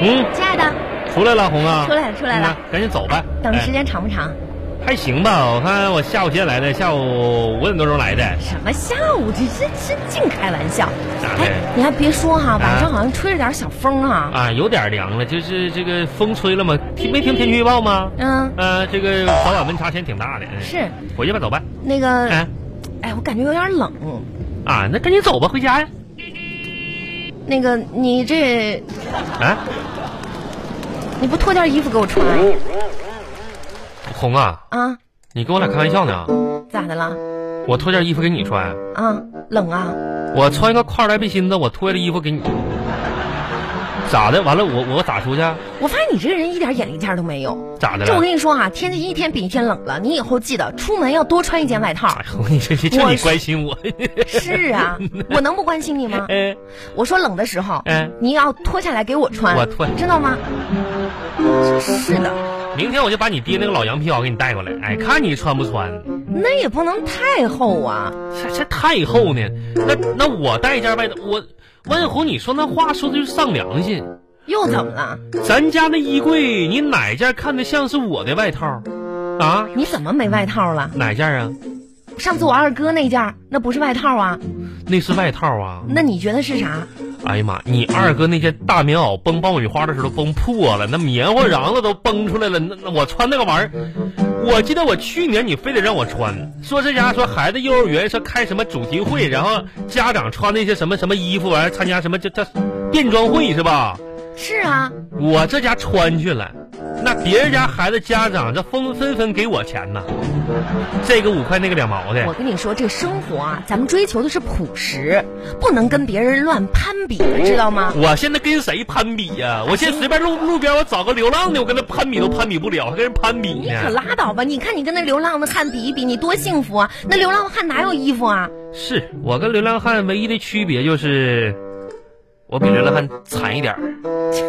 嗯，亲爱的，出来了，红啊，出来了出来了嗯呐赶紧走吧。等的时哎间长不长？还行吧，我看我下午几点来的？下午五点多钟来的。什么下午？这这这净开玩笑。咋的哎，你还别说哈，晚上啊好像吹着点小风啊。啊，有点凉了，就是这个风吹了嘛，听没听天气预报吗？嗯，呃，这个早晚温差现在挺大的。嗯是，回去吧，走吧。那个，哎，哎，我感觉有点冷。啊，那赶紧走吧，回家呀。那个，你这啊，你不脱件衣服给我穿哦红啊，啊？你跟我俩开玩笑呢？咋的了？我脱件衣服给你穿，啊，冷啊？我穿一个跨栏背心子，我脱下来衣服给你，咋的？完了，我我咋出去？啊我发现你这个人一点眼力见儿都没有。咋的这我了？跟你说啊，天气一天比一天冷了，你以后记得出门要多穿一件外 套哎。呦，你这这这我你是关心我？是啊，我能不关心你吗？ 哎，我说冷的时候，哎你要脱下来给我穿，我脱知道吗？真是的，明天我就把你爹那个老羊皮袄给你带过来，哎，看你穿不穿。那也不能太厚啊。这这太厚呢，那那我带一件外套，我万红，你说那话说的就是丧良心。又怎么了？咱家那衣柜，你哪件看得像是我的外套？啊，你怎么没外套了？哪件啊？上次我二哥那件儿那不是外套啊，那是外套啊！那你觉得是啥？哎呀妈，你二哥那件大棉袄崩爆米花的时候都崩破了，那棉花瓤子都崩出来了。那那我穿那个玩意儿，我记得我去年你非得让我穿，说这家说孩子幼儿园说开什么主题会，然后家长穿那些什么什么衣服，完了参加什么这这变装会是吧？是啊，我这家穿去了，那别人家孩子家长这纷纷纷给我钱呐，这个五块那个两毛我的，跟你说，这生活啊，咱们追求的是朴实，不能跟别人乱攀比，知道吗？我现在跟谁攀比呀、哎我现在随便路路边我找个流浪的，我跟他攀比都攀比不了，还跟人攀比你可呢。拉倒吧！你看你跟那流浪的汉比一比，你多幸福啊！那流浪汉哪有衣服啊？是我跟流浪汉唯一的区别就是，我比流浪汉惨一点儿，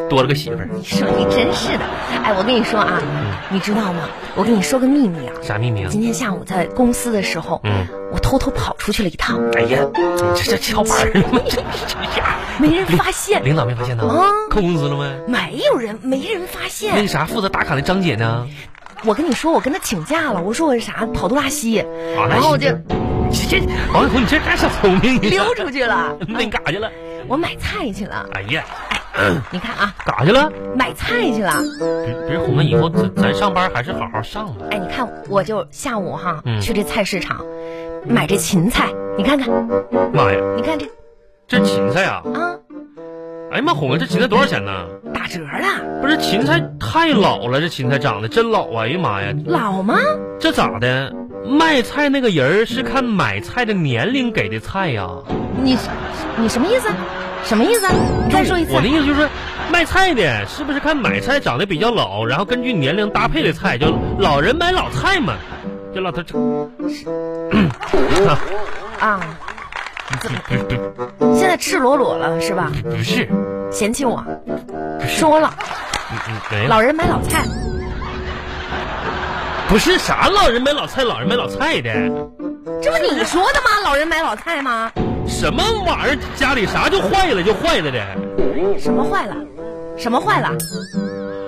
多了个媳妇儿。你说你真是的，哎，我跟你说啊，你知道吗？我跟你说个秘密啊，嗯啥秘密啊？今天下午在公司的时候，嗯，我偷偷跑出去了一趟，哎呀，你这这翘班 儿，这这呀，没人发现，领导没发现呢啊？扣工资了吗？没有人，没人发现为。啥负责打卡的张姐呢？我跟你说，我跟他请假了，我说我是啥跑肚拉稀，啊然后我就这这王一红，你这干小聪明呢？溜 。出去了那你干啥去了？我买菜去了，哎呀，你看啊，干啥去了？买菜去了。别别红了，以后咱咱上班还是好好上吧。哎，你看，我就下午哈、嗯去这菜市场买这芹菜，你看看，妈呀，你看这这芹菜啊！啊，哎呀妈，红啊，这芹菜多少钱呢？打折了，不是芹菜太老了，这芹菜长得真老啊！哎呀妈呀，老吗？这咋的？卖菜那个人儿是看买菜的年龄给的菜呀、你你什么意思？什么意思？再说一次我。的意思就是，卖菜的是不是看买菜长得比较老，然后根据年龄搭配的菜，叫老人买老菜嘛？这老头这。啊，不不不现在赤裸裸了是吧？不是，嫌弃我，不是说，我老嗯嗯没有，老人买老菜，不是啥老人买老菜，老人买老菜的，这不你说的吗？老人买老菜吗？什么玩意儿？家里啥就坏了就坏了的。什么坏了？什么坏了？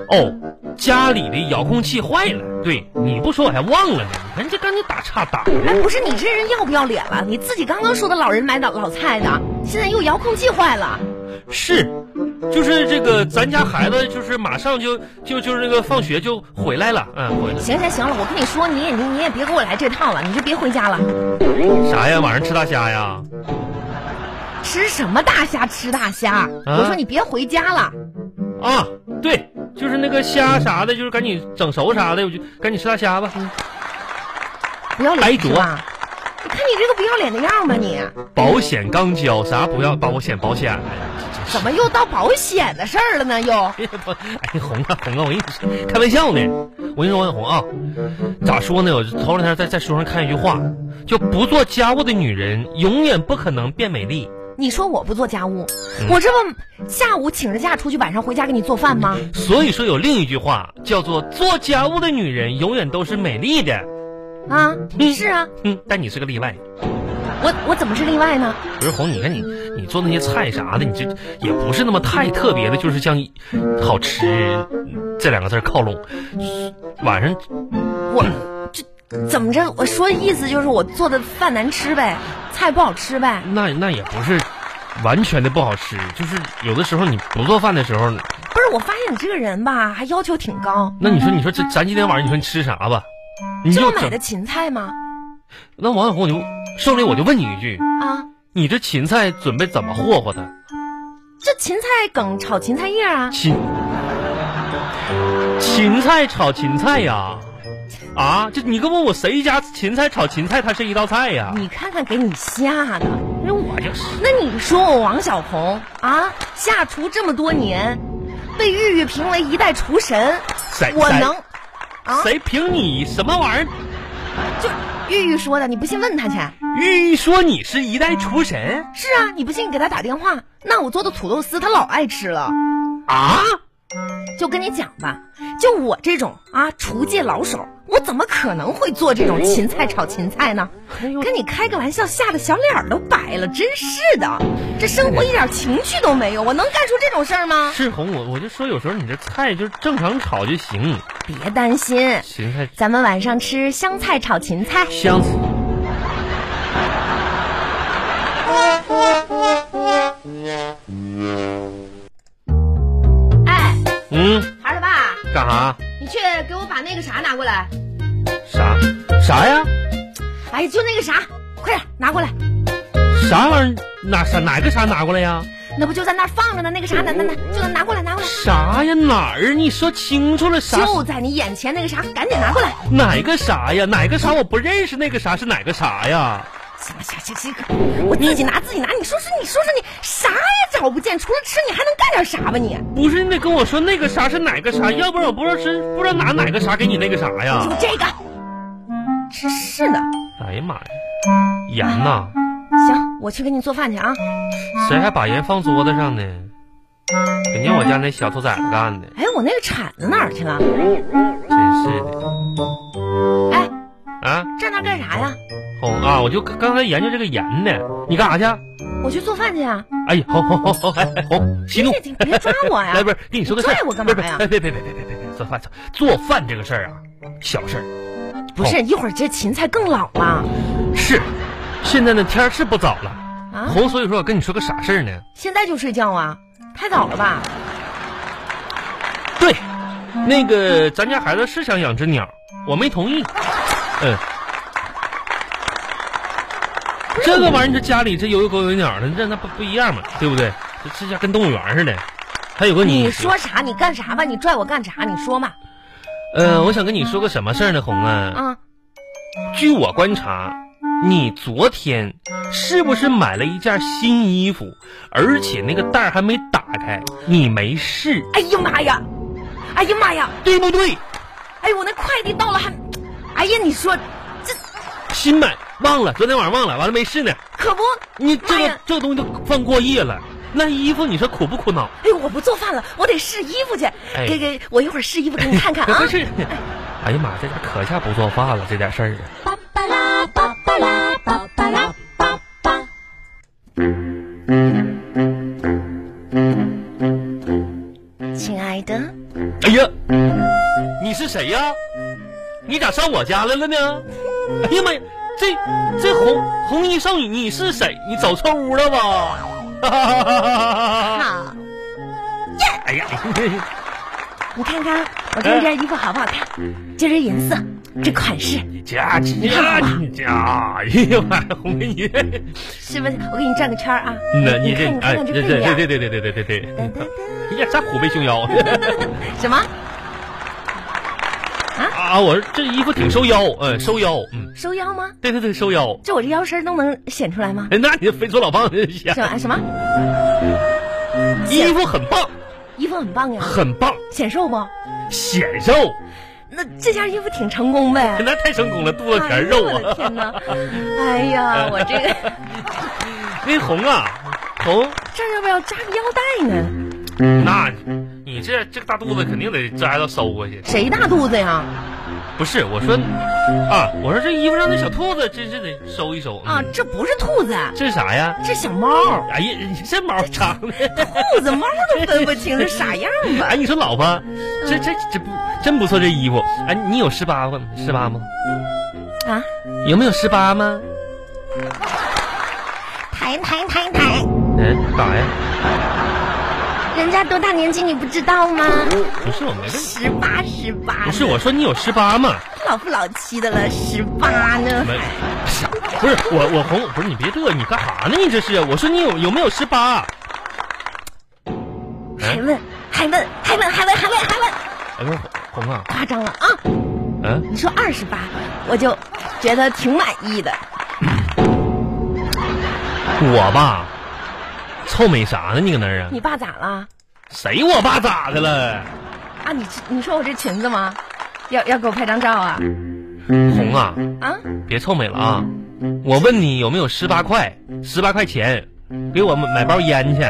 哦，家里的遥控器坏了，对，你不说我还忘了呢。你看这刚才打岔打的，哎，不是你这人要不要脸了？你自己刚刚说的老人买老老菜的，现在又遥控器坏了，是，就是这个咱家孩子就是马上就就就是那个放学就回来了，嗯，回来行行行了，我跟你说，你也你你也别给我来这套了，你就别回家了。啥呀？晚上吃大虾呀？吃什么大虾吃大虾？我说你别回家了，啊，对，就是那个虾啥的，就是赶紧整熟啥的，我就赶紧吃大虾吧。嗯不要白脸灼是吧？你看你这个不要脸的样儿吧你，保险刚交，啥不要保险保险哎的，怎么又到保险的事儿了呢？又这这不，哎红啊红啊，我跟你说，开玩笑呢。我跟你说王小红啊，咋说呢？我头两天在在书上看一句话，就不做家务的女人永远不可能变美丽。你说我不做家务，嗯我这不下午请着假出去，晚上回家给你做饭吗？所以说有另一句话叫做做家务的女人永远都是美丽的。啊，嗯是啊，嗯，但你是个例外。我我怎么是例外呢？不是红，你看你你做那些菜啥的，你这也不是那么太特别的，就是像好吃这两个字儿靠拢。晚上嗯我这怎么着？我说的意思就是我做的饭难吃呗，菜不好吃呗。那那也不是完全的不好吃，就是有的时候你不做饭的时候，不是，我发现你这个人吧，还要求挺高。那你说你说这咱今天晚上你说你吃啥吧？你这就买的整芹菜吗？那王小红，我就受累我就问你一句，啊，你这芹菜准备怎么霍霍它？这芹菜梗炒芹菜叶啊，芹芹菜炒芹菜呀、啊，这你跟问我谁家芹菜炒芹菜，它是一道菜呀、你看看给你吓的。那我就是那你说我王小红啊，下厨这么多年，被玉玉评为一代厨神，谁我谁能啊？谁凭你什么玩意儿？就玉玉说的，你不信问他去。玉玉说你是一代厨神是啊，你不信你给他打电话。那我做的土豆丝他老爱吃了，啊？就跟你讲吧，就我这种啊厨界老手，我怎么可能会做这种芹菜炒芹菜呢？跟你开个玩笑，吓得小脸儿都白了，真是的，这生活一点情趣都没有，我能干出这种事儿吗？是红，我我就说有时候你这菜就是正常炒就行，别担心，芹菜咱们晚上吃香菜炒芹菜。香。哎，嗯，孩儿他爸，干啥？你去给我把那个啥拿过来。啥啥呀？哎，就那个啥，快点拿过来。啥玩意儿？哪啥哪个啥拿过来呀？那不就在那儿放着呢？那个啥，嗯拿拿拿，就拿过来，拿过来，啥呀？哪儿？你说清楚了啥？就在你眼前那个啥，赶紧拿过来。哪个啥呀？哪个啥？我不认识那个啥是哪个啥呀？行行行行，行我自己拿自己拿，你说说你说说你啥也找不见，除了吃你还能干点啥吧你？不是你得跟我说那个啥是哪个啥，要不然我不知道是不知道拿哪个啥给你那个啥就呀？这个，真是的。哎呀妈呀，盐呐、行，我去给你做饭去啊。谁还把盐放桌子上呢？肯定我家那小兔崽子干的，哎，我那个铲子哪儿去了？真是的哎，啊！站那儿干啥呀？红啊，我就刚刚才研究这个盐呢，你干啥去啊？我去做饭去啊！哎呀，红红红红，哎哎红，息怒别！别抓我呀 来，哎不是，跟你说个事儿，拽我干嘛呀不是不是哎别别别别别别，做饭做做饭这个事儿啊，小事儿，不是，一会儿这芹菜更老了是，现在的天儿是不早了，啊！红，所以说我跟你说个啥事儿呢？现在就睡觉啊？太早了吧？对，那个咱家孩子是想养只鸟，我没同意。嗯，这个玩意儿，你说家里这有有狗有鸟的，这那不不一样嘛，对不对？这这家跟动物园似的。还有个你说啥？你干啥吧？你拽我干啥？你说嘛？呃，我想跟你说个什么事儿呢，红啊？啊，据我观察，你昨天是不是买了一件新衣服，而且那个袋儿还没打开，你没试，哎呀妈呀！哎呀妈呀！对不对？哎呦，我那快递到了还，哎呀，你说这新买忘了，昨天晚上忘了，完了没试呢。可不？你这妈个哎呀这个东西都放过夜了，那衣服你说苦不苦恼？哎呦，我不做饭了，我得试衣服去。哎给给我一会儿试衣服给你看看啊 可。是，哎呀妈，这家可下不做饭了，这点事儿啊。巴巴拉巴巴拉巴巴拉巴巴。亲爱的，哎呀，你是谁呀？你咋上我家来了呢？哎呀妈呀，这这红红衣少女你是谁？你走错屋了吧？好，哎呀，你看看我这件衣服好不好看？嗯这身颜色，这款式，你家你家你家，哎呀妈呀，红衣，是不是？我给你转个圈儿啊。那你这看，你哎，看看这嗯对背对面对对对对对对对，噔噔哎呀，啥虎背熊腰？噔。什么？啊，我说这衣服挺收腰，嗯，收腰，嗯，收腰吗？对对对，收腰。这我这腰身都能显出来吗？哎，那你肥猪老胖子什么什么？衣服很棒，衣服很棒呀，很棒，显瘦不？显瘦，那这件衣服挺成功呗。那太成功了，肚子全是肉哎呦我的啊！嗯天哪！哎呀，我这个那红啊，红，这儿要不要扎个腰带呢？嗯那你这这个大肚子肯定得摘到收过去。谁大肚子呀？不是，我说啊，我说这衣服上那小兔子真是得收一收啊，嗯这不是兔子，这是啥呀？这小猫，哎呀，你这毛长的，兔子猫都分不清是啥样吧？哎，你说老婆，这这这不真不错，这衣服，哎，你有十八吗？十八吗？啊，有没有十八吗？抬抬抬抬，嗯，干啥呀？人家多大年纪你不知道吗？不是我没问，十八十八，不是我说你有十八吗？老夫老妻的了，十八呢？没，啥？不是我我红，不是你别乐，你干啥呢？你这是？我说你有有没有十八？啊还问还问还问还问还问还问，哎不是红啊，夸张了啊！嗯，你说二十八，我就觉得挺满意的。我吧，臭美啥呢？你搁那儿啊？你爸咋了？谁我爸咋的了？啊，你这你说我这裙子吗？要要给我拍张照啊？红啊，啊，别臭美了啊！我问你有没有十八块，十八块钱，给我买买包烟去。